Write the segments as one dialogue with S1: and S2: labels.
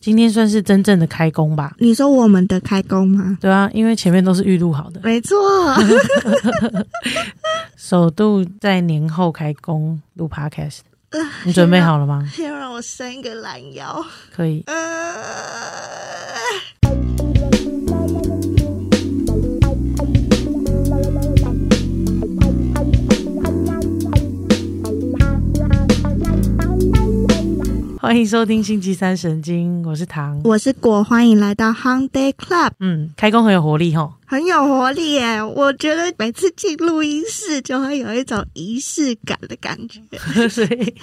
S1: 今天算是真正的开工吧？
S2: 你说我们的开工吗？
S1: 对啊，因为前面都是预录好的，
S2: 没 错，
S1: 首度在年后开工录 podcast，
S2: 啊
S1: 你准备好了吗？
S2: 先让我伸一个懒腰。
S1: 可以。
S2: 呃，
S1: 欢迎收听星期三神经，我是唐。
S2: 我是果，欢迎来到 Hung Day Club，
S1: 嗯，开工很有活力吼。
S2: 很有活力耶！我觉得每次进录音室就会有一种仪式感的感 觉。
S1: 所以，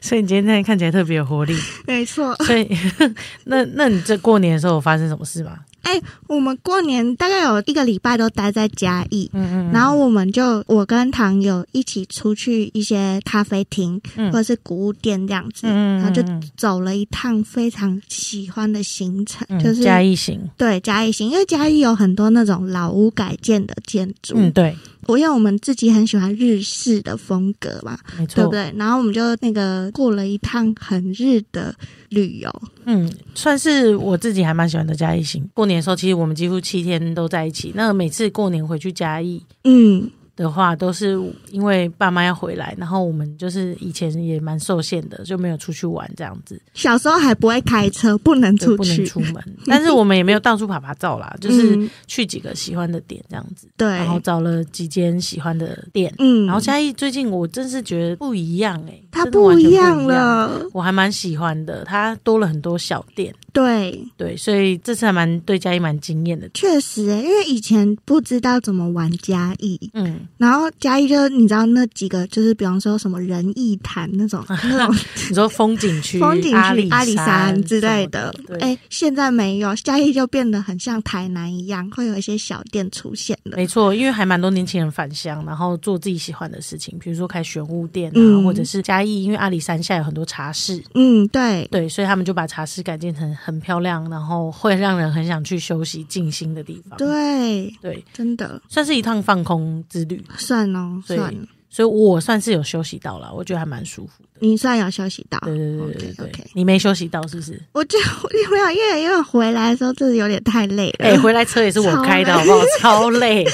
S1: 所以你今天看起来特别有活力。
S2: 没错，
S1: 所以， 那那你这过年的时候有发生什么事吗？
S2: 哎，我们过年大概有一个礼拜都待在嘉义。
S1: 嗯
S2: 然后我们就我跟唐友一起出去一些咖啡厅、
S1: 嗯
S2: 或者是古物店这样子，
S1: 嗯
S2: 然后就
S1: 嗯嗯
S2: 走了一趟非常喜欢的行程，
S1: 嗯，
S2: 就是
S1: 嘉义行。
S2: 对嘉义行，因为嘉义有很多那种老屋改建的建筑，
S1: 嗯，对，
S2: 我因为我们自己很喜欢日式的风格嘛，
S1: 没
S2: 对
S1: 错
S2: 不。对？然后我们就那个过了一趟很日的旅游，
S1: 嗯，算是我自己还蛮喜欢的嘉义行。过年的时候，其实我们几乎七天都在一起。那每次过年回去嘉义
S2: 嗯，
S1: 的话，都是因为爸妈要回来，然后我们就是以前也蛮受限的，就没有出去玩这样子，
S2: 小时候还不会开车，不能
S1: 就
S2: 出
S1: 不能
S2: 去，
S1: 出门。但是我们也没有到处爬爬照啦，就是
S2: 嗯、
S1: 去几个喜欢的点这样子，
S2: 对，
S1: 然后找了几间喜欢的店。
S2: 嗯，
S1: 然后嘉义最近我真是觉得不一样哎、欸，
S2: 它
S1: 真的完全
S2: 一
S1: 不
S2: 样
S1: 一样，
S2: 了，
S1: 我还蛮喜欢的，它多了很多小店，
S2: 对。
S1: 对，所以这次还蛮对嘉义蛮惊艳的。
S2: 确实、欸，因为以前不知道怎么玩嘉义，
S1: 嗯，
S2: 然后嘉义就你知道那几个，就是比方说什么仁义潭那 种那种
S1: 你说风景区、
S2: 风景
S1: 阿
S2: 区、
S1: 里
S2: 阿里山之类
S1: 的，
S2: 的
S1: 什么。对
S2: 哎、现在没有，嘉义就变得很像台南一样，会有一些小店出现的。
S1: 没错，因为还蛮多年轻人返乡，然后做自己喜欢的事情，比如说开玄武店啊，
S2: 嗯
S1: 或者是嘉义，因为阿里山下有很多茶室。
S2: 嗯，对，
S1: 对，所以他们就把茶室改建成很漂亮，然后会让人很想去休息静心的地方。
S2: 对，
S1: 对，
S2: 真的
S1: 算是一趟放空之旅。
S2: 算哦，
S1: 所以
S2: 算了，
S1: 所以我算是有休息到了，我觉得还蛮舒服的。
S2: 你算有休息到。
S1: 对对对对对
S2: o k
S1: 对你没休息到是不是？
S2: 我就 没有，因为因为回来的时候真的有点太累了。
S1: 哎、回来车也是我开的，好不好？超累，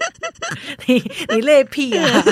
S1: 你你累屁啊！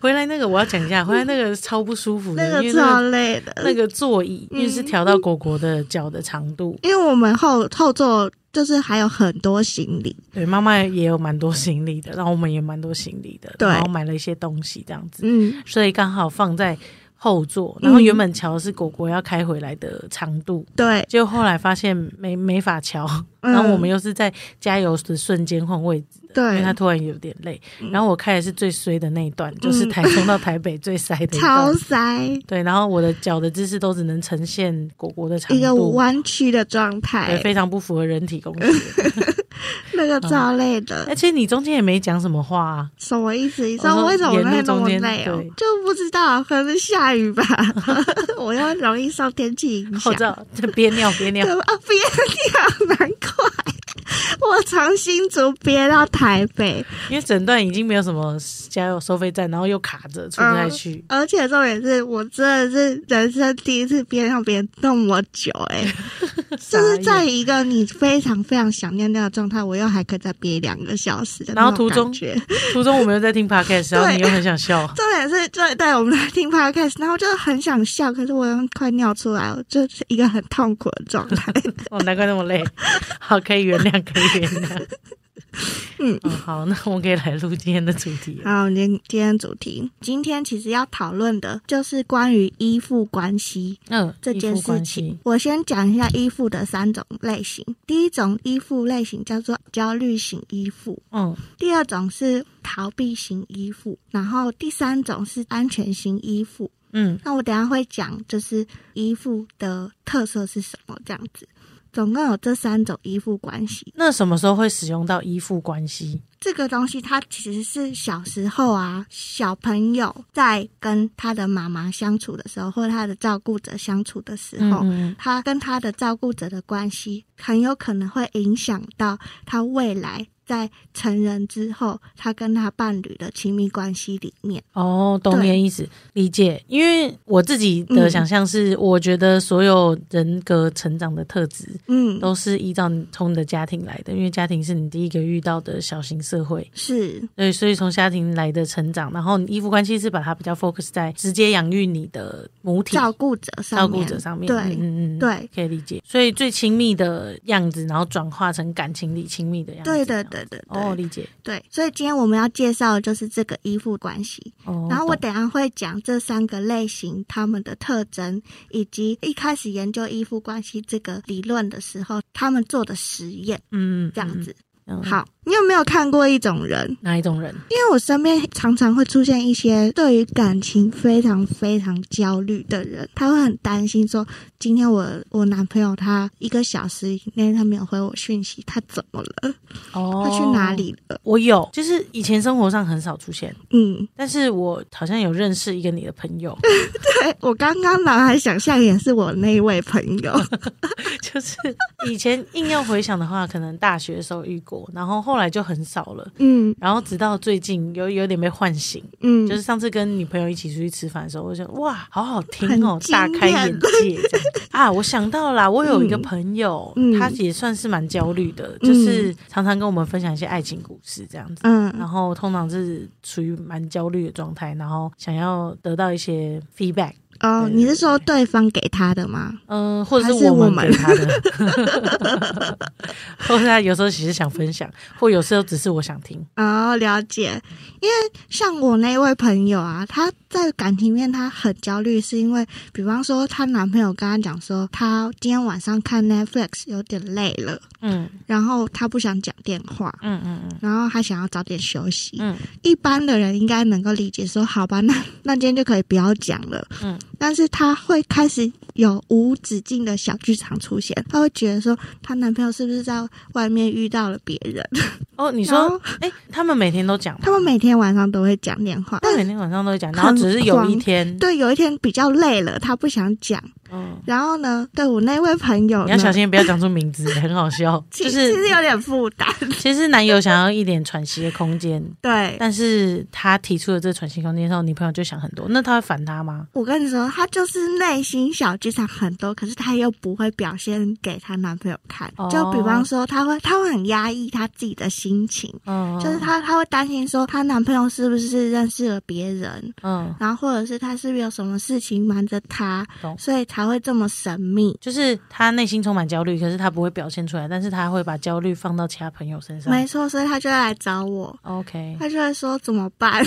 S1: 回来那个我要讲一下，回来那个超不舒服
S2: 那
S1: 的，
S2: 个
S1: 因为那
S2: 超
S1: 个
S2: 累的，嗯
S1: 那个座椅，因为是调到果果的脚的长度。
S2: 因为我们后后座就是还有很多行李，
S1: 对，妈妈也有蛮多行李的，然后我们也蛮多行李的，
S2: 对
S1: 然后买了一些东西这样子，
S2: 嗯，
S1: 所以刚好放在后座。然后原本桥是果果要开回来的长度，
S2: 对，
S1: 就后来发现没没法瞧，
S2: 嗯
S1: 然后我们又是在加油的瞬间换位置的，因为
S2: 对
S1: 他，突然有点累。
S2: 嗯
S1: 然后我开的是最衰的那一段，就是台中到台北最塞的一
S2: 超
S1: 段。
S2: 塞，
S1: 对，然后我的脚的姿势都只能呈现果果的长
S2: 一个
S1: 度，
S2: 弯曲的状
S1: 对，
S2: 态，
S1: 非常不符合人体工 学。
S2: 那个
S1: 嗯
S2: 超累
S1: 而
S2: 的，
S1: 且你中间也没讲什么话、啊，
S2: 什么意思？你知
S1: 哎我
S2: 道
S1: 说
S2: 为什么
S1: 沿路
S2: 会那
S1: 中
S2: 么
S1: 间
S2: 累哦
S1: 对？
S2: 就不知道，可能是下 雨吧，我又容易受天气影
S1: 我
S2: 响
S1: 知。道就憋尿憋尿
S2: 对。吧？啊，憋尿，难怪我从新竹憋到台北，
S1: 因为整段已经没有什么加油收费站，然后又卡着出不太去，
S2: 而且重点是我真的是人生第一次憋尿憋那么久、 欸，
S1: 傻
S2: 就是
S1: 眼
S2: 在一个你非常非常想念那个状态，我又还可以再憋两个小时的
S1: 然后
S2: 那种
S1: 途中
S2: 感觉。
S1: 途中我们又在听 podcast，然后你又很想 笑，
S2: 重点是，对对，我们在听 podcast，然后就很想笑，可是我又快尿出来，了，就是一个很痛苦的状态。
S1: 哦，难怪那么累。好，可以原谅，可以原谅。
S2: 嗯
S1: 哦，好，那我们可以来录今天的主题了。
S2: 好，我们今今天主题，今天其实要讨论的就是关于依附关系。
S1: 嗯，
S2: 这件
S1: 依附
S2: 事
S1: 关系
S2: 情，。我先讲一下依附的三种类型。第一种依附类型叫做焦虑型依附，
S1: 嗯，
S2: 第二种是逃避型依附，然后第三种是安全型依附。
S1: 嗯，
S2: 那我等一下会讲，就是依附的特色是什么这样子。总共有这三种依附关系，
S1: 那什么时候会使用到依附关系？
S2: 这个东西它其实是小时候啊，小朋友在跟他的妈妈相处的时候，或者他的照顾者相处的时候，
S1: 嗯，
S2: 他跟他的照顾者的关系很有可能会影响到他未来在成人之后，他跟他伴侣的亲密关系里面。
S1: 哦，懂你的
S2: 对
S1: 意思，理解。因为我自己的
S2: 嗯
S1: 想象是，我觉得所有人格成长的特质
S2: 嗯，
S1: 都是依照你从你的家庭来的，因为家庭是你第一个遇到的小型社会，
S2: 是，
S1: 对，所以从家庭来的成长，然后你依附关系是把它比较 focus 在直接养育你的母体
S2: 照顾者上
S1: 照
S2: 面，
S1: 顾者上面，
S2: 对
S1: 嗯嗯嗯，
S2: 对，
S1: 可以理解。所以最亲密的样子，然后转化成感情里亲密的样子，
S2: 对
S1: 这
S2: 对
S1: 样
S2: 对对对、
S1: 哦，理解。
S2: 对，所以今天我们要介绍的就是这个依附关系。
S1: 哦，
S2: 然后我
S1: 懂
S2: 等一下会讲这三个类型它们的特征，以及一开始研究依附关系这个理论的时候，他们做的实验
S1: 嗯
S2: 这样，子。
S1: 嗯，嗯
S2: 好，你有没有看过一种人？
S1: 哪一种人？
S2: 因为我身边常常会出现一些对于感情非常非常焦虑的人，他会很担心说，今天我我男朋友他一个小时以内他没有回我讯息，他怎么了？
S1: 哦，
S2: 他去哪？里了？
S1: 我有，就是以前生活上很少出现，
S2: 嗯，
S1: 但是我好像有认识一个你的朋友，
S2: 对 我刚刚脑海想象也是我那一位朋 友。
S1: 就是以前硬要回想的话，可能大学的时候遇过，然后后来就很少了。
S2: 嗯
S1: 然后直到最近有有点被唤醒，
S2: 嗯，
S1: 就是上次跟女朋友一起出去吃饭的时候，我就想哇，好好听哦
S2: 很，惊
S1: 大
S2: 艳
S1: 开眼界这样啊！我想到啦，我有一个
S2: 嗯
S1: 朋友，
S2: 嗯
S1: 他也算是蛮焦虑的，就是常常跟我们分享一些爱情故事这样子。然
S2: 嗯
S1: 后通常是处于蛮焦虑的状态，然后想要得到一些 feedback，
S2: 哦，
S1: 对
S2: 你是说对方给他的吗？
S1: 嗯、或者
S2: 还是
S1: 我
S2: 我
S1: 们
S2: 们
S1: 给他的， 或者他有时候只是想分享，或有时候只是我想听。
S2: 哦，了解。因为像我那位朋友啊，她在感情面她很焦虑，是因为比方说她男朋友跟她讲说，她今天晚上看 Netflix 有点累了，
S1: 嗯
S2: 然后她不想讲电话，
S1: 嗯嗯嗯
S2: 然后她想要早点休息。
S1: 嗯，
S2: 一般的人应该能够理解说，好吧， 那那今天就可以不要讲了。
S1: 嗯，
S2: 但是她会开始有无止境的小剧场出现，她会觉得说，她男朋友是不是在外面遇到了别人？
S1: 哦，你
S2: 你
S1: 说，哎、他们每天都讲吗，
S2: 他们每天晚上都会讲电话，
S1: 他
S2: 但
S1: 每天晚上都会讲，
S2: 很
S1: 然后只是有一天，
S2: 对有一天比较累了，他不想讲。
S1: 嗯，
S2: 然后呢，对我那位朋友呢，
S1: 你要小心不要讲出名字， 很好笑。
S2: 其，
S1: 就
S2: 其实
S1: 是
S2: 有点负担。
S1: 其实男友想要一点喘息的空间，
S2: 对，
S1: 但是他提出了这喘息空间之后，女朋友就想很多，那他会烦他吗？
S2: 我跟你说，她就是内心小剧场很多，可是她又不会表现给她男朋友看。
S1: 哦
S2: 就比方说，她会她会很压抑她自己的心情，
S1: 嗯，
S2: 就是她她会担心说，她男朋友是不是认识了别人，
S1: 嗯，
S2: 然后或者是她是不是有什么事情瞒着他
S1: 懂，
S2: 所以才会这么神秘。
S1: 就是他内心充满焦虑，可是他不会表现出来，但是他会把焦虑放到其他朋友身上。
S2: 没错，所以她就会来找我。
S1: OK，
S2: 他就会说怎么办？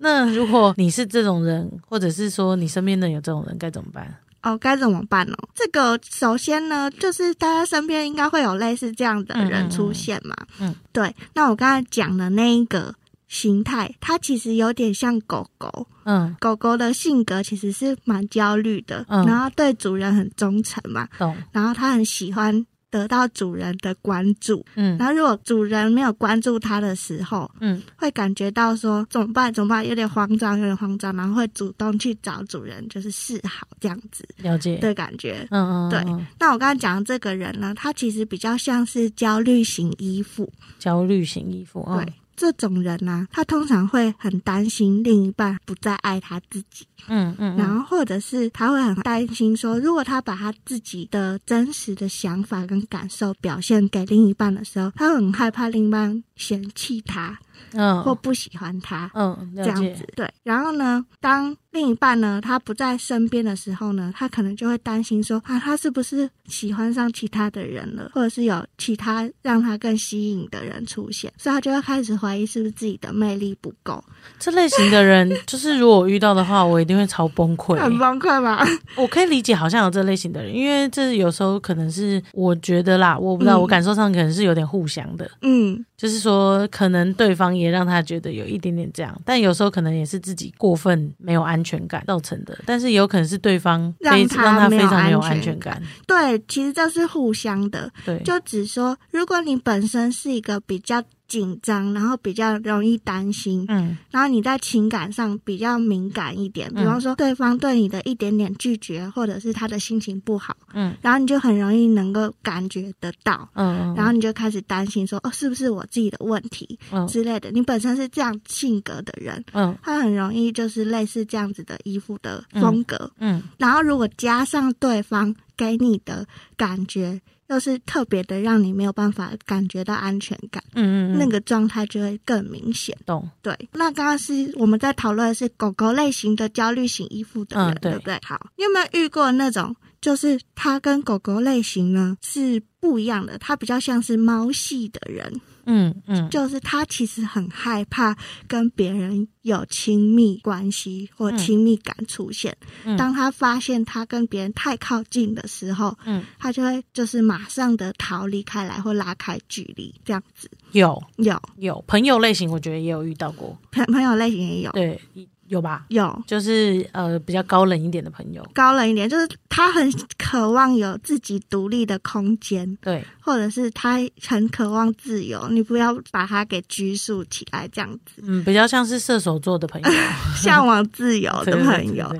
S1: 那如果你是这种人，或者是说你身边的有这种人，该怎么办？
S2: 哦，该怎么办呢？这个首先呢，就是大家身边应该会有类似这样的人出现嘛。
S1: 嗯嗯嗯
S2: 对。那我刚才讲的那一个形态，它其实有点像狗狗。
S1: 嗯，
S2: 狗狗的性格其实是蛮焦虑的，
S1: 嗯
S2: 然后对主人很忠诚嘛，
S1: 懂，
S2: 然后它很喜欢得到主人的关注。
S1: 嗯
S2: 然后如果主人没有关注它的时候，
S1: 嗯，
S2: 会感觉到说怎么办？怎么办？有点慌张，有点慌张，然后会主动去找主人，就是示好这样子
S1: 了解。
S2: 的感觉。
S1: 嗯嗯，
S2: 对
S1: 嗯
S2: 那我刚刚讲的这个人呢，他其实比较像是焦虑型依附，
S1: 焦虑型依附，
S2: 对、
S1: 嗯
S2: 这种人呢、他通常会很担心另一半不再爱他自己，
S1: 嗯嗯，
S2: 然后或者是他会很担心说，如果他把他自己的真实的想法跟感受表现给另一半的时候，他会很害怕另一半嫌弃他
S1: 嗯
S2: 或不喜欢他。
S1: 嗯，
S2: 这
S1: 了
S2: 样
S1: 解
S2: 子。对，然后呢，当另一半呢他不在身边的时候呢，他可能就会担心说啊，他是不是喜欢上其他的人了，或者是有其他让他更吸引的人出现，所以他就会开始怀疑是不是自己的魅力不够，
S1: 这类型的人， 就是如果我遇到的话，我一定会超崩溃。
S2: 很崩 溃吧？
S1: 我可以理解，好像有这类型的人，因为这有时候可能是我觉得啦，我不知道，
S2: 嗯
S1: 我感受上可能是有点互相的，
S2: 嗯，
S1: 就是说可能对方也让他觉得有一点点这样，但有时候可能也是自己过分没有安全感造成的，但是也有可能是对方
S2: 让
S1: 非
S2: 他
S1: 让他非常没
S2: 没
S1: 有
S2: 有
S1: 安
S2: 安
S1: 全
S2: 全
S1: 感。
S2: 对，其实这是互相的，
S1: 对，
S2: 就只说如果你本身是一个比较紧张，然后比较容易担心，
S1: 嗯
S2: 然后你在情感上比较敏感一点，比
S1: 嗯
S2: 方说对方对你的一点点拒绝，或者是他的心情不好，
S1: 嗯
S2: 然后你就很容易能够感觉得到，
S1: 嗯，
S2: 然后你就开始担心说，哦，是不是我自己的问题
S1: 嗯
S2: 之类的？你本身是这样性格的人，
S1: 嗯
S2: 他很容易就是类似这样子的衣服的风格，
S1: 嗯
S2: 然后如果加上对方给你的感觉，又是特别的让你没有办法感觉到安全感，
S1: 嗯嗯，
S2: 那个状态就会更明显。
S1: 懂，
S2: 对，那刚刚是我们在讨论的是狗狗类型的焦虑型依附的人，
S1: 嗯对
S2: 对不对？好，你有没有遇过那种，就是它跟狗狗类型呢是不一样的，它比较像是猫系的人，
S1: 嗯嗯，
S2: 就是它其实很害怕跟别人有亲密关系或
S1: 嗯
S2: 亲密感出现。
S1: 嗯
S2: 当它发现它跟别人太靠近的时候，
S1: 嗯
S2: 它就会就是马上的逃离开来或拉开距离，这样子。
S1: 有
S2: 有
S1: 有朋友类型，我觉得也有遇到过，
S2: 朋朋友类型也有，
S1: 对，有吧？
S2: 有。
S1: 就是呃比较高冷一点的朋友，
S2: 高冷一点，就是他很渴望有自己独立的空间，
S1: 对，
S2: 或者是他很渴望自由，你不要把他给拘束起来，这样 子
S1: 嗯，比较像是射手座的朋友，
S2: 向往自由
S1: 我
S2: 的朋友。，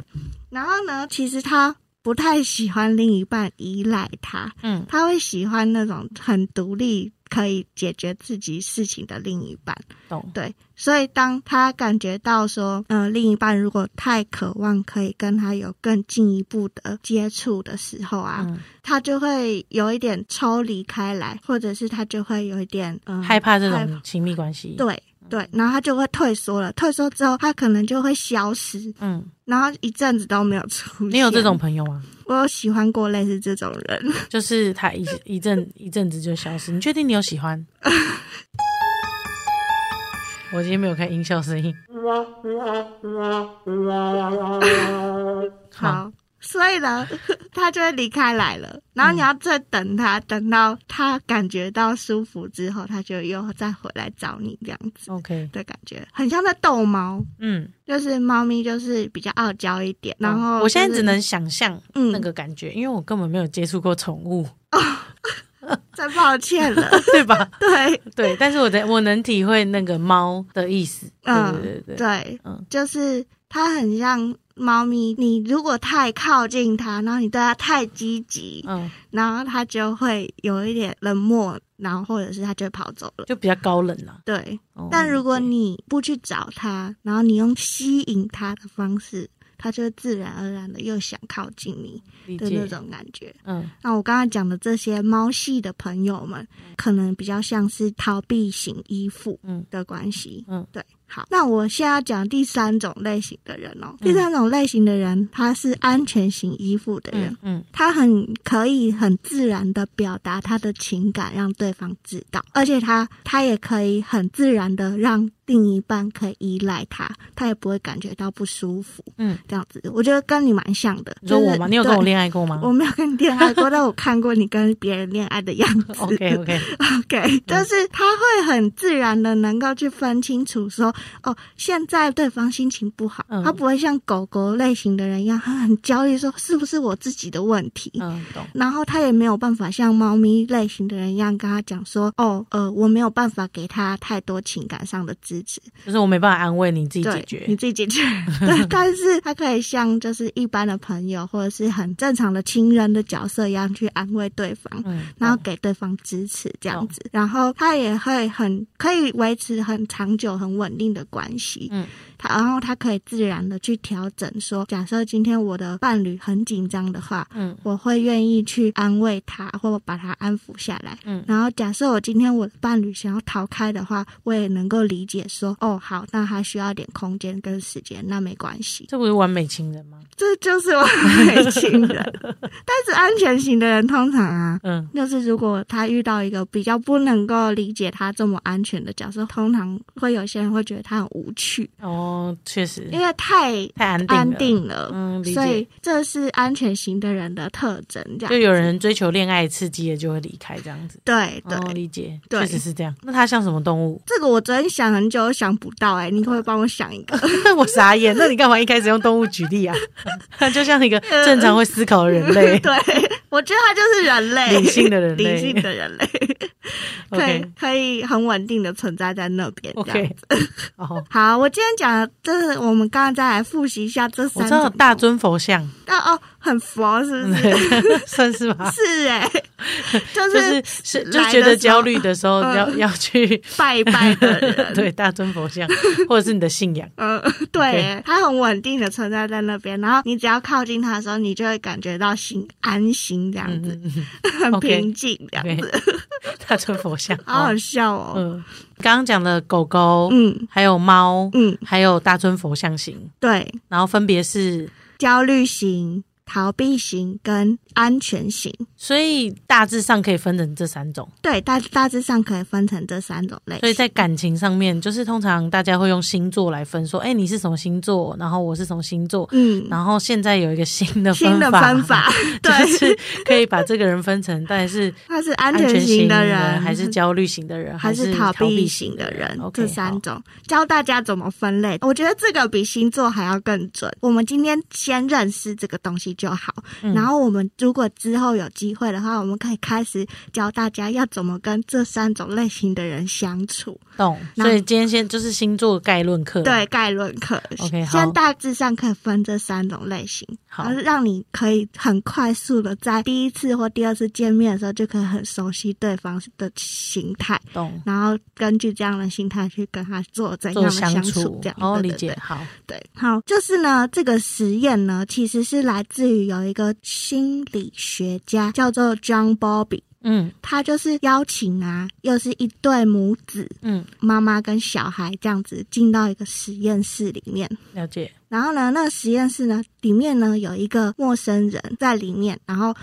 S2: 然后呢，其实他不太喜欢另一半依赖他，
S1: 嗯
S2: 他会喜欢那种很独立。可以解决自己事情的另一半，
S1: 懂，
S2: 对，所以当他感觉到说，呃，另一半如果太渴望可以跟他有更进一步的接触的时候啊，
S1: 嗯，
S2: 他就会有一点抽离开来，或者是他就会有一点嗯
S1: 害怕这
S2: 害
S1: 种亲密关系，，
S2: 对对，然后他就会退缩了，退缩之后他可能就会消失，
S1: 嗯，
S2: 然后一阵子都没有出现。
S1: 你有这种？朋友吗？
S2: 我有喜欢过类似这种人，
S1: 就是他一一阵一阵子就消失。你确定你有喜 欢？我今天没有开音效声音。好，
S2: 好。所以呢， 他就会离开来了，然后你要再等他，
S1: 嗯
S2: 等到他感觉到舒服之后，他就又再回来找你，这样子
S1: OK，
S2: 的感觉，很像在逗猫，
S1: 嗯，
S2: 就是猫咪就是比较傲娇一点，然后、
S1: 哦我现在只能想象
S2: 嗯
S1: 那个感觉，因为我根本没有接触过宠物，
S2: 真抱歉了，
S1: 对吧？
S2: 对
S1: 对，但是我的我能体会那个猫的意思。对
S2: 嗯
S1: 对对对，
S2: 对，
S1: 嗯
S2: 就是它很像猫咪，你如果太靠近它，然后你对它太积极，
S1: 嗯，
S2: 然后它就会有一点冷漠，然后或者是它就会跑走了。
S1: 就比较高冷啦。
S2: 对，
S1: 哦
S2: 但如果
S1: 对
S2: 你不去找它，然后你用吸引它的方式，它就会自然而然的又想靠近你
S1: 理
S2: 的那
S1: 解，
S2: 种感觉。
S1: 嗯
S2: 那我刚刚讲的这些猫系的朋友们，可能比较像是逃避型依附
S1: 嗯
S2: 的关系。
S1: 嗯
S2: 对。好，那我现在要讲第三种类型的人
S1: 嗯
S2: 哦。第三种类型的人，他是安全型依附的人，
S1: 嗯嗯
S2: 他很可以很自然的表达他的情感，让对方知道，而且他他也可以很自然的让另一半可以依赖他，他也不会感觉到不舒服。
S1: 嗯，
S2: 这样子，我觉得跟你蛮像的。
S1: 你说我吗？你有跟我
S2: 恋？
S1: 恋爱过吗
S2: 我没有跟你恋爱过，但我看过你跟别人恋爱的样子。
S1: ？OK 嗯 OK，
S2: OK，就是他会很自然的能够去分清楚说，哦，现在对方心情不好，
S1: 嗯
S2: 他不会像狗狗类型的人一样，他很焦虑，说是不是我自己的问题。
S1: 嗯，懂，
S2: 然后他也没有办法像猫咪类型的人一样跟他讲说，哦，呃，我没有办法给他太多情感上的支持，
S1: 就是我没办法安慰你自己
S2: 对，
S1: 解决
S2: 你。自己解决。 对，但是他可以像就是一般的朋友或者是很正常的亲人的角色一样去安慰对方。
S1: 嗯，
S2: 然后
S1: 懂
S2: 给对方支持，这
S1: 哦
S2: 样子，然后他也会很可以维持很长久、很稳定的关系。
S1: 嗯，
S2: 他然后他可以自然的去调整说假设今天我的伴侣很紧张的话，
S1: 嗯，
S2: 我会愿意去安慰他，或把他安抚下来。
S1: 嗯
S2: 然后假设我今天我的伴侣想要逃开的话，我也能够理解说，哦，好，那他需要一点空间跟时间，那没关系。
S1: 这不是完美情人吗？
S2: 这就是我 爱情人，但是安全型的人通常啊。
S1: 嗯，
S2: 就是如果他遇到一个比较不能够理解他这么安全的角色，通常会有些人会觉得他很无趣，
S1: 哦，确实
S2: 因为太
S1: 太安定了
S2: 安定了。
S1: 嗯，理
S2: 所
S1: 解
S2: 以。啊这是安全型的人的特征，这
S1: 就
S2: 样
S1: 有人追求恋爱刺激了，就会离开这样子。
S2: 对对。
S1: 哦，理解，
S2: 对
S1: 确实是这样。那它像什么动物？
S2: 这个我昨天想很久想不到哎、你可不可以帮我想一个？
S1: 那我傻眼，那你干嘛一开始用动物举例啊？ 就像一个正常会思考的 人类。
S2: 对，啊我觉得他就是人类，
S1: 理性的人类
S2: 理性的人类，可以
S1: OK
S2: 可以很稳定的存在在那边。这样
S1: OK，哦，
S2: 好，我今天讲的这是我们刚刚再来复习一下这
S1: 我
S2: 三
S1: 知
S2: 种
S1: 道大尊佛 像
S2: 啊哦，很佛 是不是？
S1: 算是吧，
S2: 是哎、就
S1: 啊就是
S2: 是
S1: 是就
S2: 来的
S1: 觉得
S2: 时
S1: 焦
S2: 候
S1: 虑的时候
S2: 嗯
S1: 要要去
S2: 拜拜的人。
S1: 对大尊佛像，或者是你的信仰。
S2: 嗯，对耶，它很稳定的存在在那边，然后你只要靠近它的时候，你就会感觉到心安心这样
S1: 嗯
S2: 子，
S1: 嗯嗯，
S2: 很
S1: OK
S2: 平静这样子，
S1: 大尊佛像。 哦
S2: 好好笑哦。
S1: 嗯，刚刚讲的狗狗，
S2: 嗯
S1: 还有猫，
S2: 嗯，
S1: 还有大尊佛像型，
S2: 对，
S1: 然后分别是，
S2: 焦虑型、逃避型跟安全型，
S1: 所以大致上可以分成这三种。
S2: 对，大大致上可以分成这三种类型。
S1: 所以在感情上面，就是通常大家会用星座来分，说，哎、你是什么星座，然后我是什么星座，
S2: 嗯，
S1: 然后现在有一个新的
S2: 新的
S1: 法，
S2: 分法，
S1: 就
S2: 对，
S1: 是可以把这个人分成，到底是
S2: 他是安
S1: 安全
S2: 型
S1: 型
S2: 的
S1: 人，
S2: 人
S1: 还是。焦虑型的人，
S2: 还
S1: 是
S2: 是逃避
S1: 避
S2: 型的人，
S1: OK，
S2: 这三
S1: 好
S2: 种教大家怎么分类。我觉得这个比星座还要更准。我们今天先认识这个东西就好，
S1: 嗯
S2: 然后我们如果之后有机会的话，我们可以开始教大家要怎么跟这三种类型的人相处。
S1: 懂。
S2: 然后
S1: 所以今天先就是星座概论课，
S2: 对，概论课
S1: 嗯 OK，好
S2: 先大致上可以分这三种类型，
S1: 好
S2: 然后让你可以很快速的在第一次或第二次见面的时候就可以很熟悉对方的形态，
S1: 懂。
S2: 然后根据这样的心态去跟他做怎样
S1: 做
S2: 的
S1: 相
S2: 处
S1: 处，，
S2: 这样
S1: 哦，
S2: 对
S1: 理
S2: 对
S1: 解
S2: 对，
S1: 好，
S2: 对，好，就是呢，这个实验呢，其实是来自于有一个心理学家叫做 John Bobby。
S1: 嗯
S2: 他就是邀请啊，又是一对母子，
S1: 嗯，
S2: 妈妈跟小孩这样子进到一个实验室里面。
S1: 了解，
S2: 然后呢，那个实验室呢，里面呢有一个陌生人在里面，然后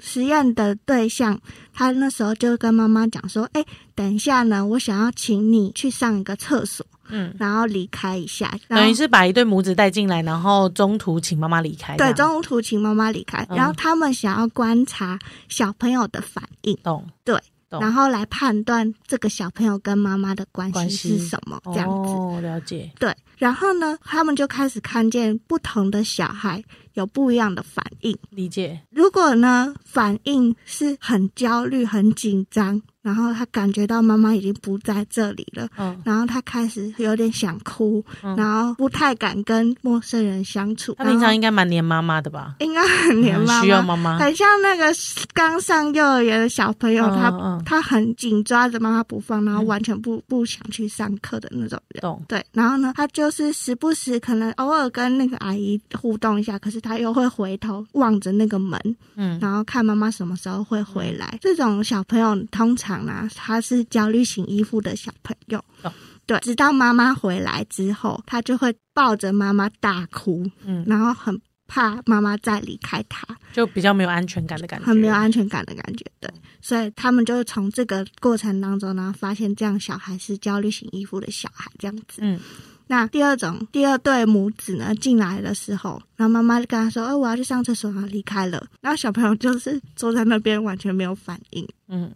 S2: 实验的对象，他那时候就跟妈妈讲说：“哎，等一下呢，我想要请你去上一个厕所，
S1: 嗯，
S2: 然后离开一下。”然
S1: 等于
S2: 后
S1: 是把一对母子带进来，然后中途请妈妈离开，这
S2: 对，
S1: 样
S2: 中途请妈妈离开，
S1: 嗯
S2: 然后他们想要观察小朋友的反应，
S1: 懂懂
S2: 然后来判断这个小朋友跟妈妈的关
S1: 关
S2: 系
S1: 系
S2: 是什么，这样子。
S1: 哦，了解，
S2: 对，然后呢，他们就开始看见不同的小孩有不一样的反应。
S1: 理解，
S2: 如果呢，反应是很焦虑、很紧张，然后他感觉到妈妈已经不在这里了，
S1: 嗯，
S2: 然后他开始有点想哭，
S1: 嗯
S2: 然后不太敢跟陌生人相处。
S1: 他平常
S2: 然后
S1: 应该蛮黏妈妈的吧？嗯
S2: 应该很黏妈
S1: 需要
S2: 妈。
S1: 妈妈，
S2: 很像那个刚上幼儿园的小朋友，
S1: 嗯
S2: 他
S1: 嗯
S2: 他很紧抓着妈妈不放，然后完全不不想去上课的那种人。
S1: 懂，
S2: 对，然后呢，他就是时不时可能偶尔跟那个阿姨互动一下，可是他又会回头望着那个门，
S1: 嗯，
S2: 然后看妈妈什么时候会回来。这种小朋友通常呢、啊他是焦虑型依附的小朋友。
S1: 懂
S2: 对，直到妈妈回来之后，他就会抱着妈妈大哭，
S1: 嗯，
S2: 然后很怕妈妈再离开他，
S1: 就比较没有安全感的感觉，
S2: 很没有安全感的感觉。对，所以他们就从这个过程当中呢，发现这样小孩是焦虑型依附的小孩，这样子。
S1: 嗯，
S2: 那第二种第二对母子呢进来的时候，然后妈妈就跟他说：“哦，我要去上厕所。”然后离开了。然后小朋友就是坐在那边完全没有反应，
S1: 嗯。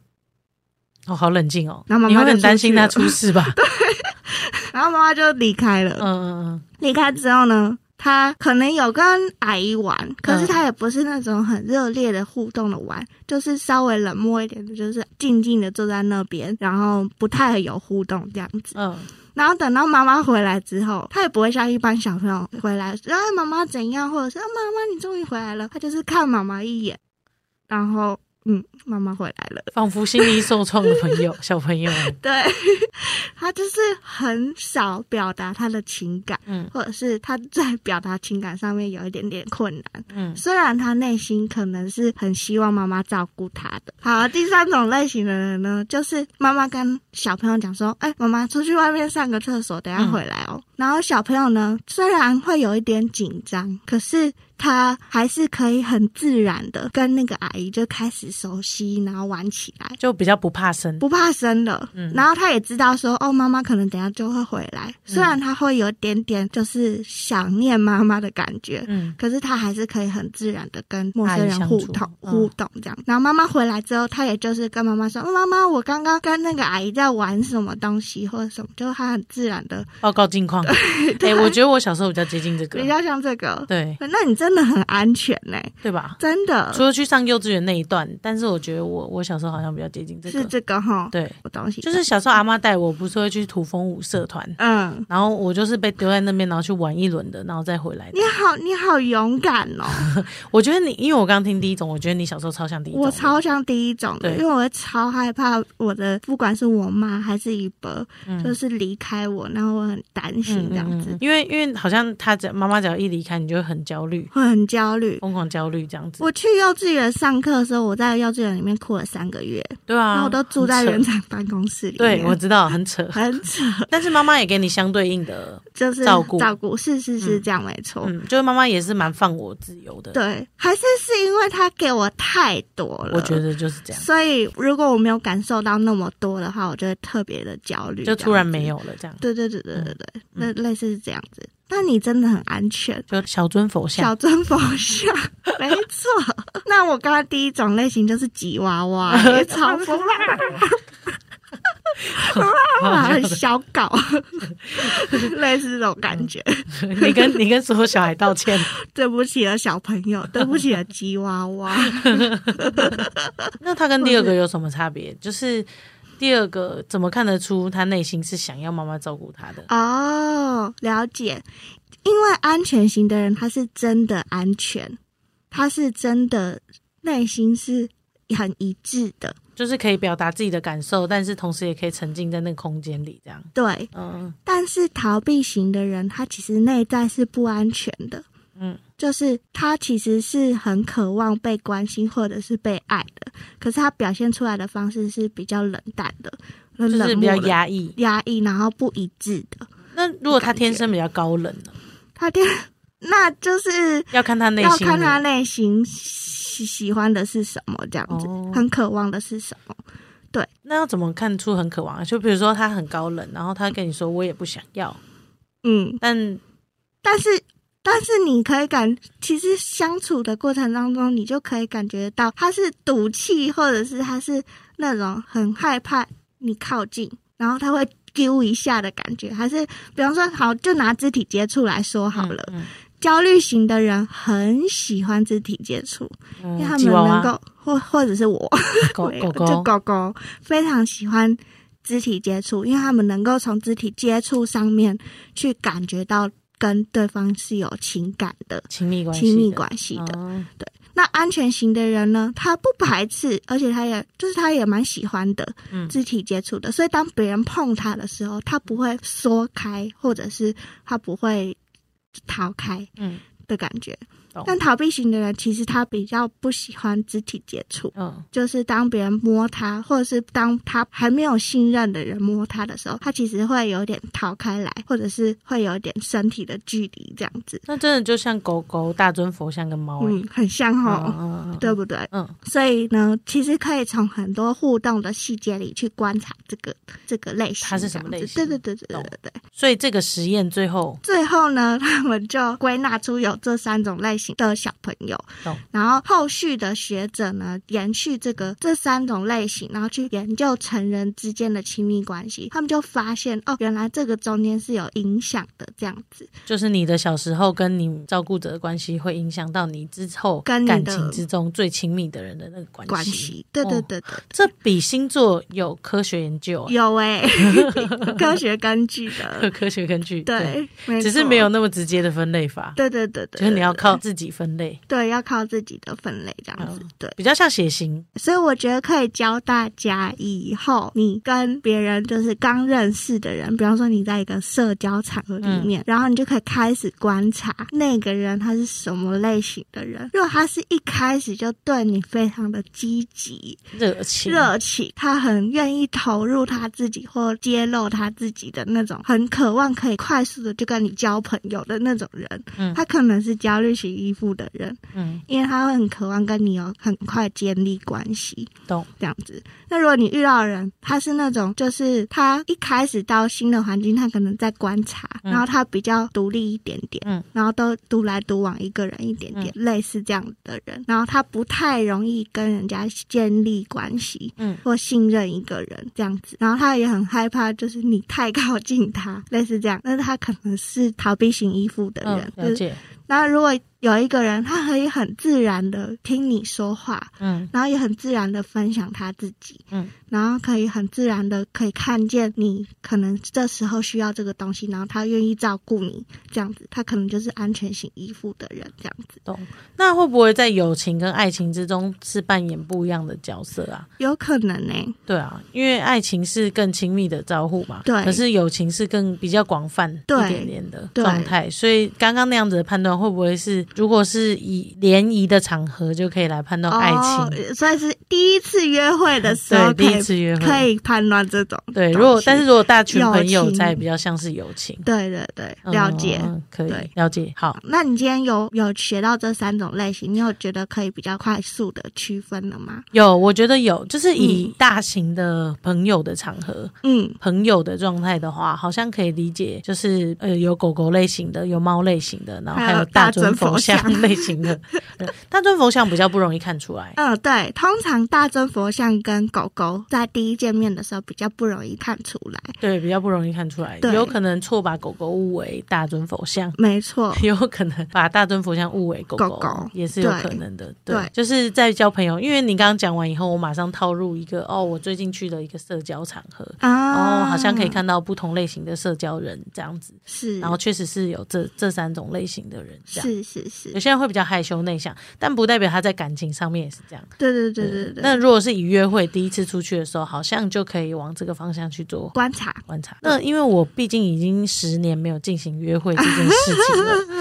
S1: 哦，好冷静哦！
S2: 然后妈妈
S1: 你会
S2: 就
S1: 很
S2: 出
S1: 担
S2: 去
S1: 心他
S2: 了
S1: 出事吧？
S2: 然后妈妈就离开了。
S1: 嗯嗯
S2: 离开之后呢，他可能有跟阿姨玩，可是他也不是那种很热烈的互动的玩，就是稍微冷漠一点的，就是静静的坐在那边，然后不太有互动这样子。
S1: 嗯嗯，
S2: 然后等到妈妈回来之后，他也不会像一般小朋友回来说啊妈妈怎样，或者是啊妈妈你终于回来了，他就是看妈妈一眼，然后嗯妈妈回来了，
S1: 仿佛心灵受创的朋 友，小朋友，
S2: 对他就是很少表达他的情感，
S1: 嗯
S2: 或者是他在表达情感上面有一点点困难。
S1: 嗯，
S2: 虽然他内心可能是很希望妈妈照顾他的。好，第三种类型的人呢，就是妈妈跟小朋友讲说：“哎、妈妈出去外面上个厕所，等一下回来哦。然后小朋友呢，虽然会有一点紧张，可是。他还是可以很自然的跟那个阿姨就开始熟悉，然后玩起来。
S1: 就比较不怕生。
S2: 不怕生了，
S1: 嗯
S2: 然后他也知道说，哦，妈妈可能等一下就会回来。虽然他会有点点就是想念妈妈的感觉，
S1: 嗯，
S2: 可是他还是可以很自然的跟陌生人互
S1: 阿姨
S2: 动、
S1: 相处嗯
S2: 互动这样。然后妈妈回来之后，他也就是跟妈妈说：“嗯妈妈，我刚刚跟那个阿姨在玩什么东西或者什么。”就他很自然的，
S1: 报告近 况。哎，我觉得我小时候比较接近这个
S2: 啊比，较像这个。
S1: 对
S2: 那你真的很安全呢、
S1: 对吧？
S2: 真的
S1: 除了去上幼稚园那一段，但是我觉得我我小时候好像比较接近这
S2: 是
S1: 个。
S2: 这个哈，
S1: 对，
S2: 我东西
S1: 就是小时候阿妈带我，不是会去土风舞社团，
S2: 嗯。
S1: 然后我就是被丢在那边，然后去玩一轮的，然后再回来的
S2: 你。好，你好勇敢 哦！
S1: 我觉得你，因为我刚刚听第一种，我觉得你小时候超像第一种。
S2: 我超像第一种的，
S1: 对
S2: 因为我会超害怕我的，不管是我妈还是姨伯，
S1: 嗯
S2: 就是离开我，然后我很担心这样子，
S1: 因为因为好像他只妈妈只要一离开，你就会很焦虑，
S2: 会很焦虑。
S1: 疯狂焦虑这样子。
S2: 我去幼稚园上课的时候，我在幼稚园里面哭了三个月，
S1: 对
S2: 然
S1: 啊，
S2: 后我都住在园
S1: 很扯
S2: 长办公室里面，，
S1: 对，我知道很扯
S2: 很扯，
S1: 但是妈妈也给你相对应 的，
S2: 就是
S1: 照顾
S2: 照顾，是是是这样，没错。
S1: 嗯，就是妈妈也是蛮放我自由的。，
S2: 哦对，还是是因为他给我太多了，
S1: 我觉得就是这样，
S2: 所以如果我没有感受到那么多的话，我就会特别的焦虑，
S1: 就突然
S2: 这样子
S1: 没。有了嗯这样。
S2: 对对对对对对，那、类似是这样子。但你真的很安全，
S1: 就小尊佛像
S2: 小，尊佛像， 没错。那我刚刚第一种类型就是吉娃 娃，也超不怕， 很小 搞，类似这种感觉。
S1: 你跟你跟所有小孩道歉。
S2: 对不起了，小朋 友，对不起了，吉娃娃。
S1: 那他跟第二个有什么差别？就是第二个怎么看得出他内心是想要妈妈照顾他的？
S2: 哦，了解。因为安全型的人，他是真的安全，他是真的内心是很一致的。
S1: 就是可以表达自己的感受，但是同时也可以沉浸在那个空间里，这样。
S2: 对，
S1: 嗯
S2: 但是逃避型的人，他其实内在是不安全的，
S1: 嗯，
S2: 就是他其实是很渴望被关心或者是被爱的，可是他表现出来的方式是比较冷淡的，就
S1: 就是比较压抑。
S2: 压抑，然后不一致的。
S1: 那如果他天生比较高冷呢？
S2: 他就 那就是
S1: 要看他内
S2: 要
S1: 心
S2: 看他
S1: 的。
S2: 内心喜喜欢的是什么，这样子，
S1: 哦
S2: 很渴望的是什么。
S1: 那要怎么看出很渴望啊？就比如说他很高冷，然后他跟你说我也不想要，
S2: 嗯，
S1: 但
S2: 但是但是你可以感，其实相处的过程当中，你就可以感觉到他是赌气，或者是他是那种很害怕你靠近，然后他会丢一下的感觉，还是比方说，好，就拿肢体接触来说好了。
S1: 嗯
S2: 焦虑型的人很喜欢肢体接触，因
S1: 嗯
S2: 为
S1: 嗯
S2: 他们
S1: 吉娃
S2: 能
S1: 娃、
S2: 够或或者是我，
S1: 狗
S2: 对
S1: 狗
S2: 就
S1: 狗，
S2: 狗狗非常喜欢肢体接触，因为他们能够从肢体接触上面去感觉到跟对方是有情感的
S1: 亲密关系的，
S2: 亲密关系的。
S1: 哦
S2: 那安全型的人呢，他不排斥，而且他也就是他也蛮喜欢的
S1: 嗯
S2: 肢体接触的，所以当别人碰他的时候，他不会缩开，或者是他不会逃开
S1: 嗯
S2: 的感觉
S1: 懂。
S2: 但逃避型的人其实他比较不喜欢肢体接触。
S1: 嗯，
S2: 就是当别人摸他，或者是当他还没有信任的人摸他的时候，他其实会有点逃开来，或者是会有点身体的距离这样子。
S1: 那真的就像狗狗、大尊佛像跟猫、欸，
S2: 嗯，很像哦，
S1: 嗯，嗯，
S2: 对不对？
S1: 嗯嗯
S2: 所以呢，其实可以从很多互动的细节里去观察这个这个类型，
S1: 它是什么类型
S2: 这样子对对对对
S1: 懂
S2: 对对对。
S1: 所以这个实验最后
S2: 最后呢，他们就归纳出有这三种类型的小朋友
S1: 懂，
S2: 然后后续的学者呢，延续这个这三种类型，然后去研究成人之间的亲密关系，他们就发现哦，原来这个中间是有影响的，这样子
S1: 就是你的小时候跟你照顾者的关系，会影响到你之后
S2: 跟你的
S1: 感情之中最亲密的人的那个关系。
S2: 关系，对对
S1: 哦
S2: 对对，
S1: 这比星座有科学研究、欸，
S2: 有哎、科学根据
S1: 有
S2: 的，
S1: 科学根据，
S2: 对，没
S1: 只是
S2: 错
S1: 没有，那么直接的分类法，
S2: 对对对对，
S1: 就是你要
S2: 对
S1: 靠自己分类，
S2: 对要靠自己的分类这样子，对。
S1: 比较像血型，
S2: 所以我觉得可以教大家，以后你跟别人就是刚认识的人，比方说你在一个社交场合里面，然后你就可以开始观察那个人他是什么类型的人。如果他是一开始就对你非常的积极、
S1: 热情，
S2: 热情，他很愿意投入他自己或揭露他自己的那种，很渴望可以快速的就跟你交朋友的那种人，
S1: 嗯
S2: 他可能是焦虑型依附的人，
S1: 嗯，
S2: 因为他会很渴望跟你有很快建立关系
S1: 懂，
S2: 这样子。那如果你遇到的人，他是那种就是他一开始到新的环境，他可能在观察，
S1: 嗯
S2: 然后他比较独立一点点，
S1: 嗯，
S2: 然后都独来独往一个人一点点，类似这样的人，然后他不太容易跟人家建立关系，
S1: 嗯，
S2: 或信任一个人这样子，然后他也很害怕，就是你太靠近他，类似这样，但是他可能是逃避型依附的人
S1: 嗯，，了
S2: 就是
S1: 解，
S2: 然后如果有一个人，他可以很自然的听你说话，
S1: 嗯
S2: 然后也很自然的分享他自己，
S1: 嗯，
S2: 然后可以很自然的可以看见你可能这时候需要这个东西，然后他愿意照顾你，这样子，他可能就是安全型依附的人，这样子，
S1: 懂。那会不会在友情跟爱情之中是扮演不一样的角色啊？
S2: 有可能欸呢、
S1: 对啊，因为爱情是更亲密的招呼嘛，
S2: 对
S1: 可是友情是更比较广泛
S2: 对
S1: 一点点的
S2: 对
S1: 状态，所以刚刚那样子的判断会不会是，如果是以联谊的场合就可以来判断爱情？
S2: 哦，所以是第一次约会的时候
S1: 对，
S2: 可
S1: 第一
S2: 以
S1: 次约
S2: 可
S1: 会，
S2: 以判断这种东西，
S1: 对。如果但是如果大群
S2: 友
S1: 朋友
S2: 情
S1: 在，比较像是友情，
S2: 对对对，
S1: 嗯
S2: 了解。
S1: 嗯嗯可以
S2: 对
S1: 了解，好。
S2: 那你今天有有学到这三种类型，你有觉得可以比较快速的区分了吗？
S1: 有，我觉得有，就是以大型的朋友的场合、
S2: 嗯，
S1: 朋友的状态的话，好像可以理解，就是呃，有狗狗类型的，有猫类型的，然后
S2: 还
S1: 还
S2: 有
S1: 有大
S2: 大
S1: 尊
S2: 尊
S1: 佛
S2: 佛
S1: 像
S2: 像
S1: 类型的。对大尊佛像比较不容易看出来，
S2: 嗯，对，通常大尊佛像跟狗狗在第一见面的时候比较不容易看出来，
S1: 对，比较不容易看出来，
S2: 对
S1: 有可能错把狗狗误为大尊佛像。
S2: 没错，
S1: 有可能把大尊佛像误为狗狗，
S2: 狗狗
S1: 也是有
S2: 对
S1: 可能的。
S2: 对
S1: 就是在交朋友，因为你刚刚讲完以后，我马上套入一个哦，我最近去了一个社交场合，
S2: 啊，
S1: 哦，好像可以看到不同类型的社交人这样子，
S2: 是，
S1: 然后确实是有这这三种类型的人这样。
S2: 是是是
S1: 有，些人会比较害羞内向，但不代表他在感情上面也是这样。
S2: 对对对对对，
S1: 那如果是以约会第一次出去的时候，好像就可以往这个方向去做
S2: 观察，
S1: 观察。那因为我毕竟已经十年没有进行约会这件事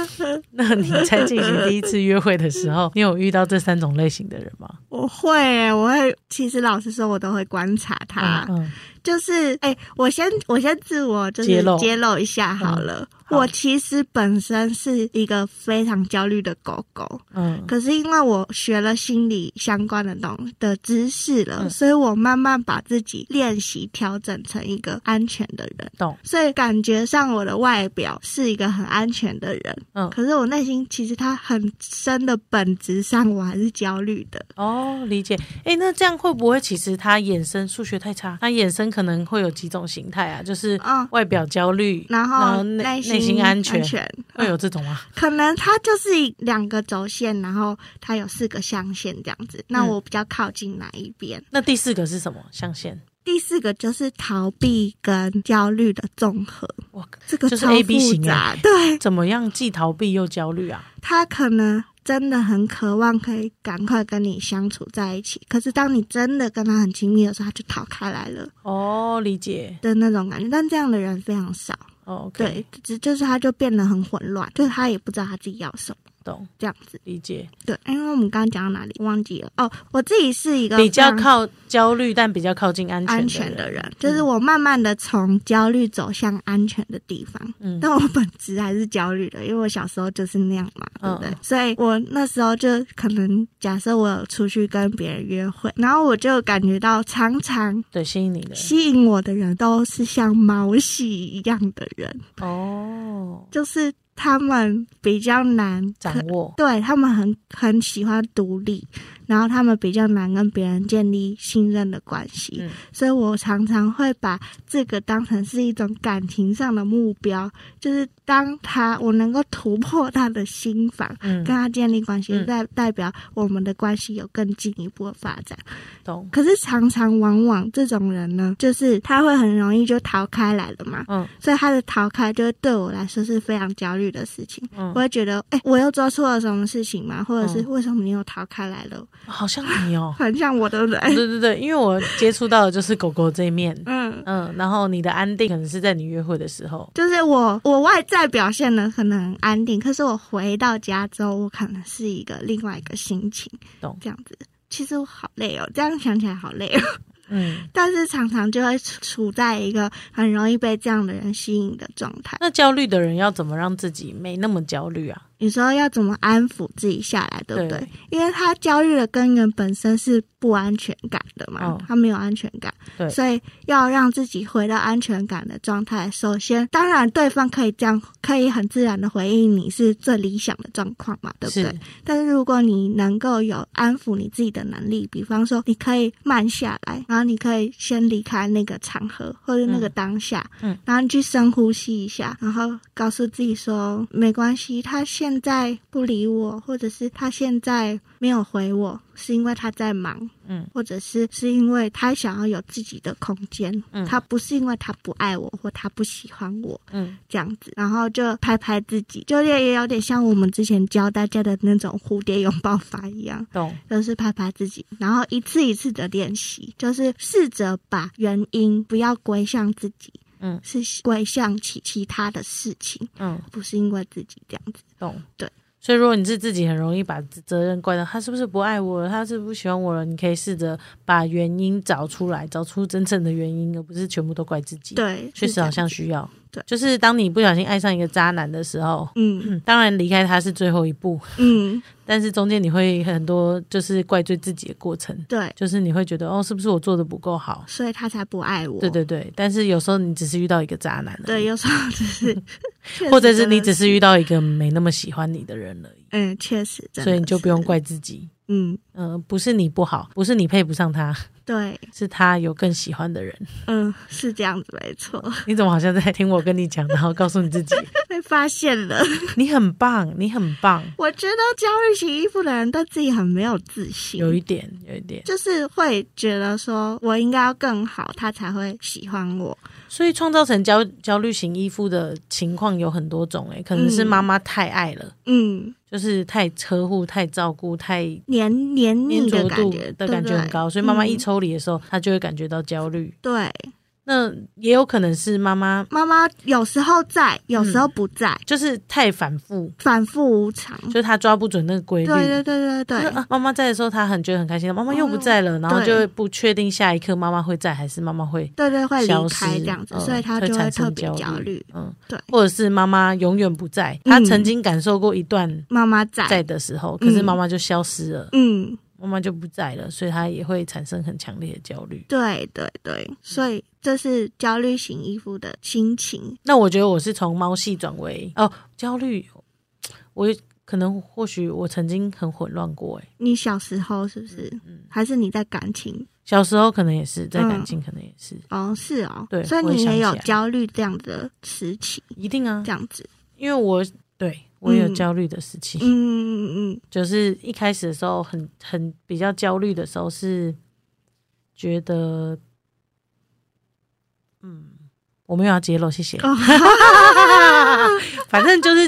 S1: 情了，那你在进行第一次约会的时候，你有遇到这三种类型的人吗？
S2: 我会欸，我会，其实老实说，我都会观察他，
S1: 嗯嗯，
S2: 就是哎、我先我先自我就是
S1: 揭露嗯
S2: 揭露一下好了。
S1: 好
S2: 我其实本身是一个非常焦虑的狗狗，
S1: 嗯
S2: 可是因为我学了心理相关的东的知识了，
S1: 嗯
S2: 所以我慢慢把自己练习调整成一个安全的人。
S1: 懂，
S2: 所以感觉上我的外表是一个很安全的人，
S1: 嗯
S2: 可是我内心其实它很深的本质上我还是焦虑的。
S1: 哦，理解。哎，那这样会不会其实他衍生数学太差？他衍生可能会有几种形态啊，就是
S2: 嗯
S1: 外表焦虑，
S2: 然后
S1: 内内
S2: 心
S1: 心安全，哎
S2: 安全嗯
S1: 会有这种吗？
S2: 可能它就是两个轴线，然后它有四个象限这样子。
S1: 嗯
S2: 那我比较靠近哪一边？
S1: 那第四个是什么象限？
S2: 第四个就是逃避跟焦虑的综合，
S1: 哇，
S2: 这个
S1: 就是
S2: 超
S1: A B
S2: 复
S1: 型
S2: 杂。
S1: 欸
S2: 对，
S1: 怎么样既逃避又焦虑啊？
S2: 他可能真的很渴望可以赶快跟你相处在一起，可是当你真的跟他很亲密的时候，他就逃开来了
S1: 哦，理解。
S2: 的那种感觉。但这样的人非常少，
S1: 哦，OK，
S2: 对，只就是他就变得很混乱，就是他也不知道他自己要什么
S1: 懂
S2: 这样子。
S1: 理解。
S2: 对，因为我们刚刚讲到哪里忘记了哦，我自己是一个
S1: 比较
S2: 非常
S1: 靠焦虑，但比较靠近安
S2: 安
S1: 全
S2: 全
S1: 的
S2: 的
S1: 人。嗯
S2: 人，就是我慢慢的从焦虑走向安全的地方。
S1: 嗯
S2: 但我本质还是焦虑的，因为我小时候就是那样嘛，对不对？
S1: 嗯
S2: 所以我那时候就可能假设我有出去跟别人约会，然后我就感觉到常常
S1: 对，吸引你的人。
S2: 吸引我的人都是像毛细一样的人，
S1: 哦，
S2: 就是他们比较难
S1: 掌
S2: 可
S1: 握。
S2: 对他们很很喜欢独立，然后他们比较难跟别人建立信任的关系，
S1: 嗯
S2: 所以我常常会把这个当成是一种感情上的目标，就是当他我能够突破他的心防，
S1: 嗯
S2: 跟，他建立关系，
S1: 嗯
S2: 代、代表我们的关系有更进一步的发展。
S1: 懂。
S2: 可是常常往往这种人呢，就是他会很容易就逃开来了嘛，
S1: 嗯
S2: 所以他的逃开就对我来说是非常焦虑的事情。
S1: 嗯
S2: 我，会觉得，哎、我又做错了什么事情吗？或者是
S1: 嗯
S2: 为什么你又逃开来了？
S1: 好像你哦。
S2: 很像我，对不对？
S1: 对对对，因为我接触到的就是狗狗这一面，
S2: 嗯，
S1: 嗯，然后你的安定可能是在你约会的时候，
S2: 就是我，我外在表现的可能很安定，可是我回到家之后，我可能是一个另外一个心情，
S1: 懂
S2: 这样子。其实我好累哦，这样想起来好累哦。
S1: 嗯，
S2: 但是常常就会处处在一个很容易被这样的人吸引的状态。
S1: 那焦虑的人要怎么让自己没那么焦虑啊？
S2: 你说要怎么安抚自己下来，对不对？
S1: 对
S2: 因为他焦虑的根源本身是不安全感的嘛，
S1: 哦
S2: 他没有安全感，
S1: 对
S2: 所以要让自己回到安全感的状态。首先，当然对方可以这样，可以很自然的回应你是最理想的状况嘛，对不对
S1: 是？
S2: 但是如果你能够有安抚你自己的能力，比方说你可以慢下来，然后你可以先离开那个场合或者那个当下，
S1: 嗯
S2: 然后你去深呼吸一下，然后告诉自己说没关系，他现在不理我，或者是他现在没有回我，是因为他在忙，
S1: 嗯，
S2: 或者是是因为他想要有自己的空间，
S1: 嗯
S2: 他不是因为他不爱我或他不喜欢我，
S1: 嗯，
S2: 这样子，然后就拍拍自己，就也也有点像我们之前教大家的那种蝴蝶拥抱法一样。
S1: 懂，
S2: 就是拍拍自己，然后一次一次的练习，就是试着把原因不要归向自己，
S1: 嗯
S2: 是归向其其他的事情，
S1: 嗯，
S2: 不是因为自己这样子。
S1: 懂，
S2: 对。
S1: 所以，如果你是自己很容易把责任怪到他是不是不爱我了，他是不是不喜欢我了，你可以试着把原因找出来，找出真正的原因，而不是全部都怪自己。，
S2: 对，
S1: 嗯确实
S2: 是这
S1: 好
S2: 样
S1: 像
S2: 子
S1: 需要。
S2: 对
S1: 就是当你不小心爱上一个渣男的时候，
S2: 嗯
S1: 嗯当然离开他是最后一步，
S2: 嗯，
S1: 但是中间你会很多就是怪罪自己的过程，
S2: 对，
S1: 就是你会觉得哦，是不是我做的不够好？
S2: 所以他才不爱我。
S1: 对对对，但是有时候你只是遇到一个渣男而已，
S2: 对，有时候只 是确实
S1: 或者是
S2: 真的
S1: 你只是遇到一个没那么喜欢你的人而已，
S2: 嗯，确实真的，
S1: 所以你就不用怪自己。
S2: 嗯，
S1: 嗯、不是你不好，不是你配不上他，
S2: 对，
S1: 是他有更喜欢的人。
S2: 嗯，是这样子，没错，
S1: 你怎么好像在听我跟你讲，然后告诉你自己，
S2: 被发现了。
S1: 你很棒，你很棒，
S2: 我觉得焦虑型依附的人对自己很没有自信，
S1: 有一点，有一点。
S2: 就是会觉得说我应该要更好，他才会喜欢我。
S1: 所以创造成焦焦虑型依附的情况有很多种、欸，可能是
S2: 嗯
S1: 妈妈太爱了。
S2: 嗯，
S1: 就是太呵护、太照顾、太
S2: 黏黏
S1: 粘
S2: 腻
S1: 着
S2: 嗯
S1: 度
S2: 的感觉
S1: 的感
S2: 对不
S1: 觉
S2: 对
S1: 很高，所以妈妈
S2: 嗯
S1: 一抽离的时候，她就会感觉到焦虑。
S2: 对
S1: 那也有可能是妈妈
S2: 妈妈有时候在，有时候不在，
S1: 就是太反复，
S2: 反复无常。
S1: 嗯就是她抓不准那个规
S2: 对
S1: 律。
S2: 嗯对对对
S1: 就是
S2: 对
S1: 啊，妈妈在的时候，她很觉得很开心，妈妈又不
S2: 哦
S1: 在了，然后
S2: 对
S1: 就会不确定下一刻妈妈会在还是妈妈会
S2: 对对，会
S1: 消
S2: 离
S1: 失
S2: 开这样子，
S1: 嗯
S2: 所以他
S1: 会
S2: 就会
S1: 产
S2: 特
S1: 生
S2: 别焦虑。。
S1: 嗯，
S2: 对，
S1: 或者是妈妈永远不在，她
S2: 嗯
S1: 曾经感受过一段
S2: 妈妈在，
S1: 在的时候，可是
S2: 嗯
S1: 妈妈就消失了，
S2: 嗯，
S1: 妈妈就不在了，所以她也会产生很强烈的焦虑。
S2: 对对对，所以这是焦虑型依附的心情。
S1: 那我觉得我是从猫系转为哦焦虑，我可能或许我曾经很混乱过，哎诶，
S2: 你小时候是不是？
S1: 嗯，
S2: 还是你在感情？
S1: 小时候可能也是，在感
S2: 嗯
S1: 情可能也是，
S2: 哦，是哦，
S1: 对
S2: 所以
S1: 我也
S2: 你
S1: 想
S2: 也
S1: 起
S2: 有
S1: 来
S2: 焦虑这样嗯的时期，
S1: 一定啊
S2: 这，样子。
S1: 因为我对我也有
S2: 嗯
S1: 焦虑的时期，
S2: 嗯嗯
S1: 就是一开始的时候很很比较焦虑的时候是觉得，嗯，我没有要揭露，谢
S2: 哦
S1: 谢。 反正就是，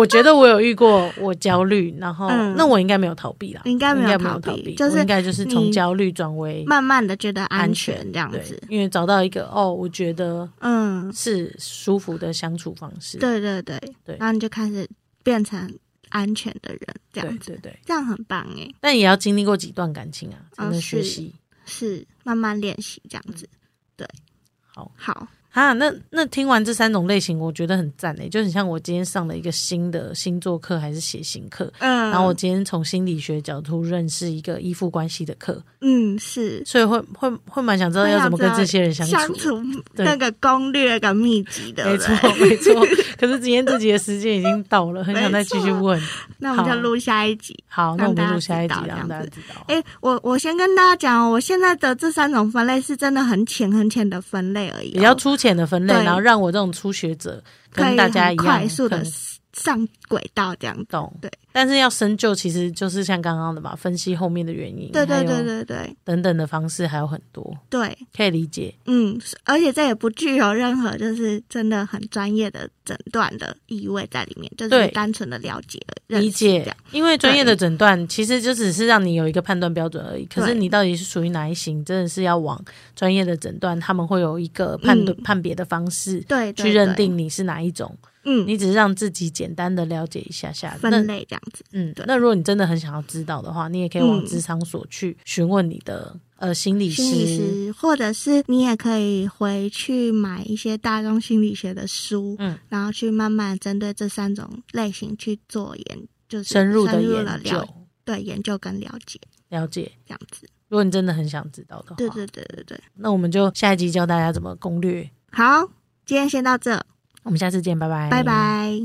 S1: 我觉得我有遇过我焦虑，然后、
S2: 嗯
S1: 那我应该没有逃避啦，
S2: 应该没有
S1: 我
S2: 逃
S1: 逃
S2: 避
S1: 避，
S2: 就是
S1: 我应该就是从
S2: 你
S1: 焦虑转为
S2: 嗯，慢慢的觉得安
S1: 安
S2: 全这样
S1: 对
S2: 子。，
S1: 因为找到一个哦，我觉得
S2: 嗯，
S1: 是舒服的相处方式，
S2: 对对对，
S1: 对
S2: 然后你就开始变成安全的人这
S1: 对
S2: 样
S1: 对
S2: 子，
S1: 对，
S2: 这样很棒哎，
S1: 但也要经历过几段感情啊，才
S2: 哦
S1: 能学
S2: 是
S1: 习。
S2: 是慢慢练习这样子。对，
S1: 好
S2: 好，
S1: 啊，那那听完这三种类型，我觉得很赞诶、欸就很像我今天上了一个新的星座课还是血型课，
S2: 嗯，
S1: 然后我今天从心理学角度认识一个依附关系的课，
S2: 嗯是
S1: 所以会会会蛮想知道要怎么跟这些人相处。
S2: 啊相处
S1: 对
S2: 那个攻略跟秘籍的，
S1: 没
S2: 对
S1: 错
S2: 不对，
S1: 没错。可是今天这集的时间已经到了，很想再继续问。
S2: 那我们就
S1: 好
S2: 录下一集。
S1: 好，那我们录下一集，啊
S2: 让
S1: 让大
S2: 大家
S1: 家
S2: 知
S1: 知道。
S2: 哎、我我先跟大家讲哦，我现在的这三种分类是真的很浅很浅的分类而已、哦，
S1: 比较粗浅的分类，
S2: 对
S1: 然后让我这种初学者
S2: 可
S1: 跟
S2: 以
S1: 大家一
S2: 很
S1: 样
S2: 快速的
S1: 很
S2: 上轨道这样子。
S1: 懂。
S2: 对，
S1: 但是要深究，其实就是像刚刚的嘛，分析后面的原因，
S2: 对对
S1: 还
S2: 对
S1: 有
S2: 对对
S1: 等等的方式还有很多，
S2: 对，
S1: 可以理解。
S2: 嗯，而且这也不具有任何就是真的很专业的诊断的意味在里面，就是
S1: 对
S2: 单纯的了解、认识
S1: 理
S2: 这
S1: 解
S2: 样。，
S1: 因为专业的诊断其实就只是让你有一个判断标准而已。可是
S2: 对
S1: 你到底是属于哪一型，真的是要往专业的诊断，他们会有一个判断、
S2: 嗯
S1: 判别的方式
S2: 对，对
S1: 去认
S2: 对
S1: 定你是哪一种。
S2: 嗯，
S1: 你只是让自己简单的了解一下下。那
S2: 分类这样子，
S1: 嗯
S2: 对，
S1: 那如果你真的很想要知道的话，你也可以往职场所去询问你的呃心理
S2: 心理师，或者是你也可以回去买一些大众心理学的书，
S1: 嗯，
S2: 然后去慢慢针对这三种类型去做研，就是
S1: 深入的
S2: 了
S1: 研
S2: 了
S1: 究
S2: 对研究跟了解
S1: 了解。
S2: 这样子。
S1: 如果你真的很想知道的话，
S2: 对对对对对，
S1: 那我们就下一集教大家怎么攻略。
S2: 好，今天先到这，
S1: 我们下次见，拜拜，
S2: 拜拜。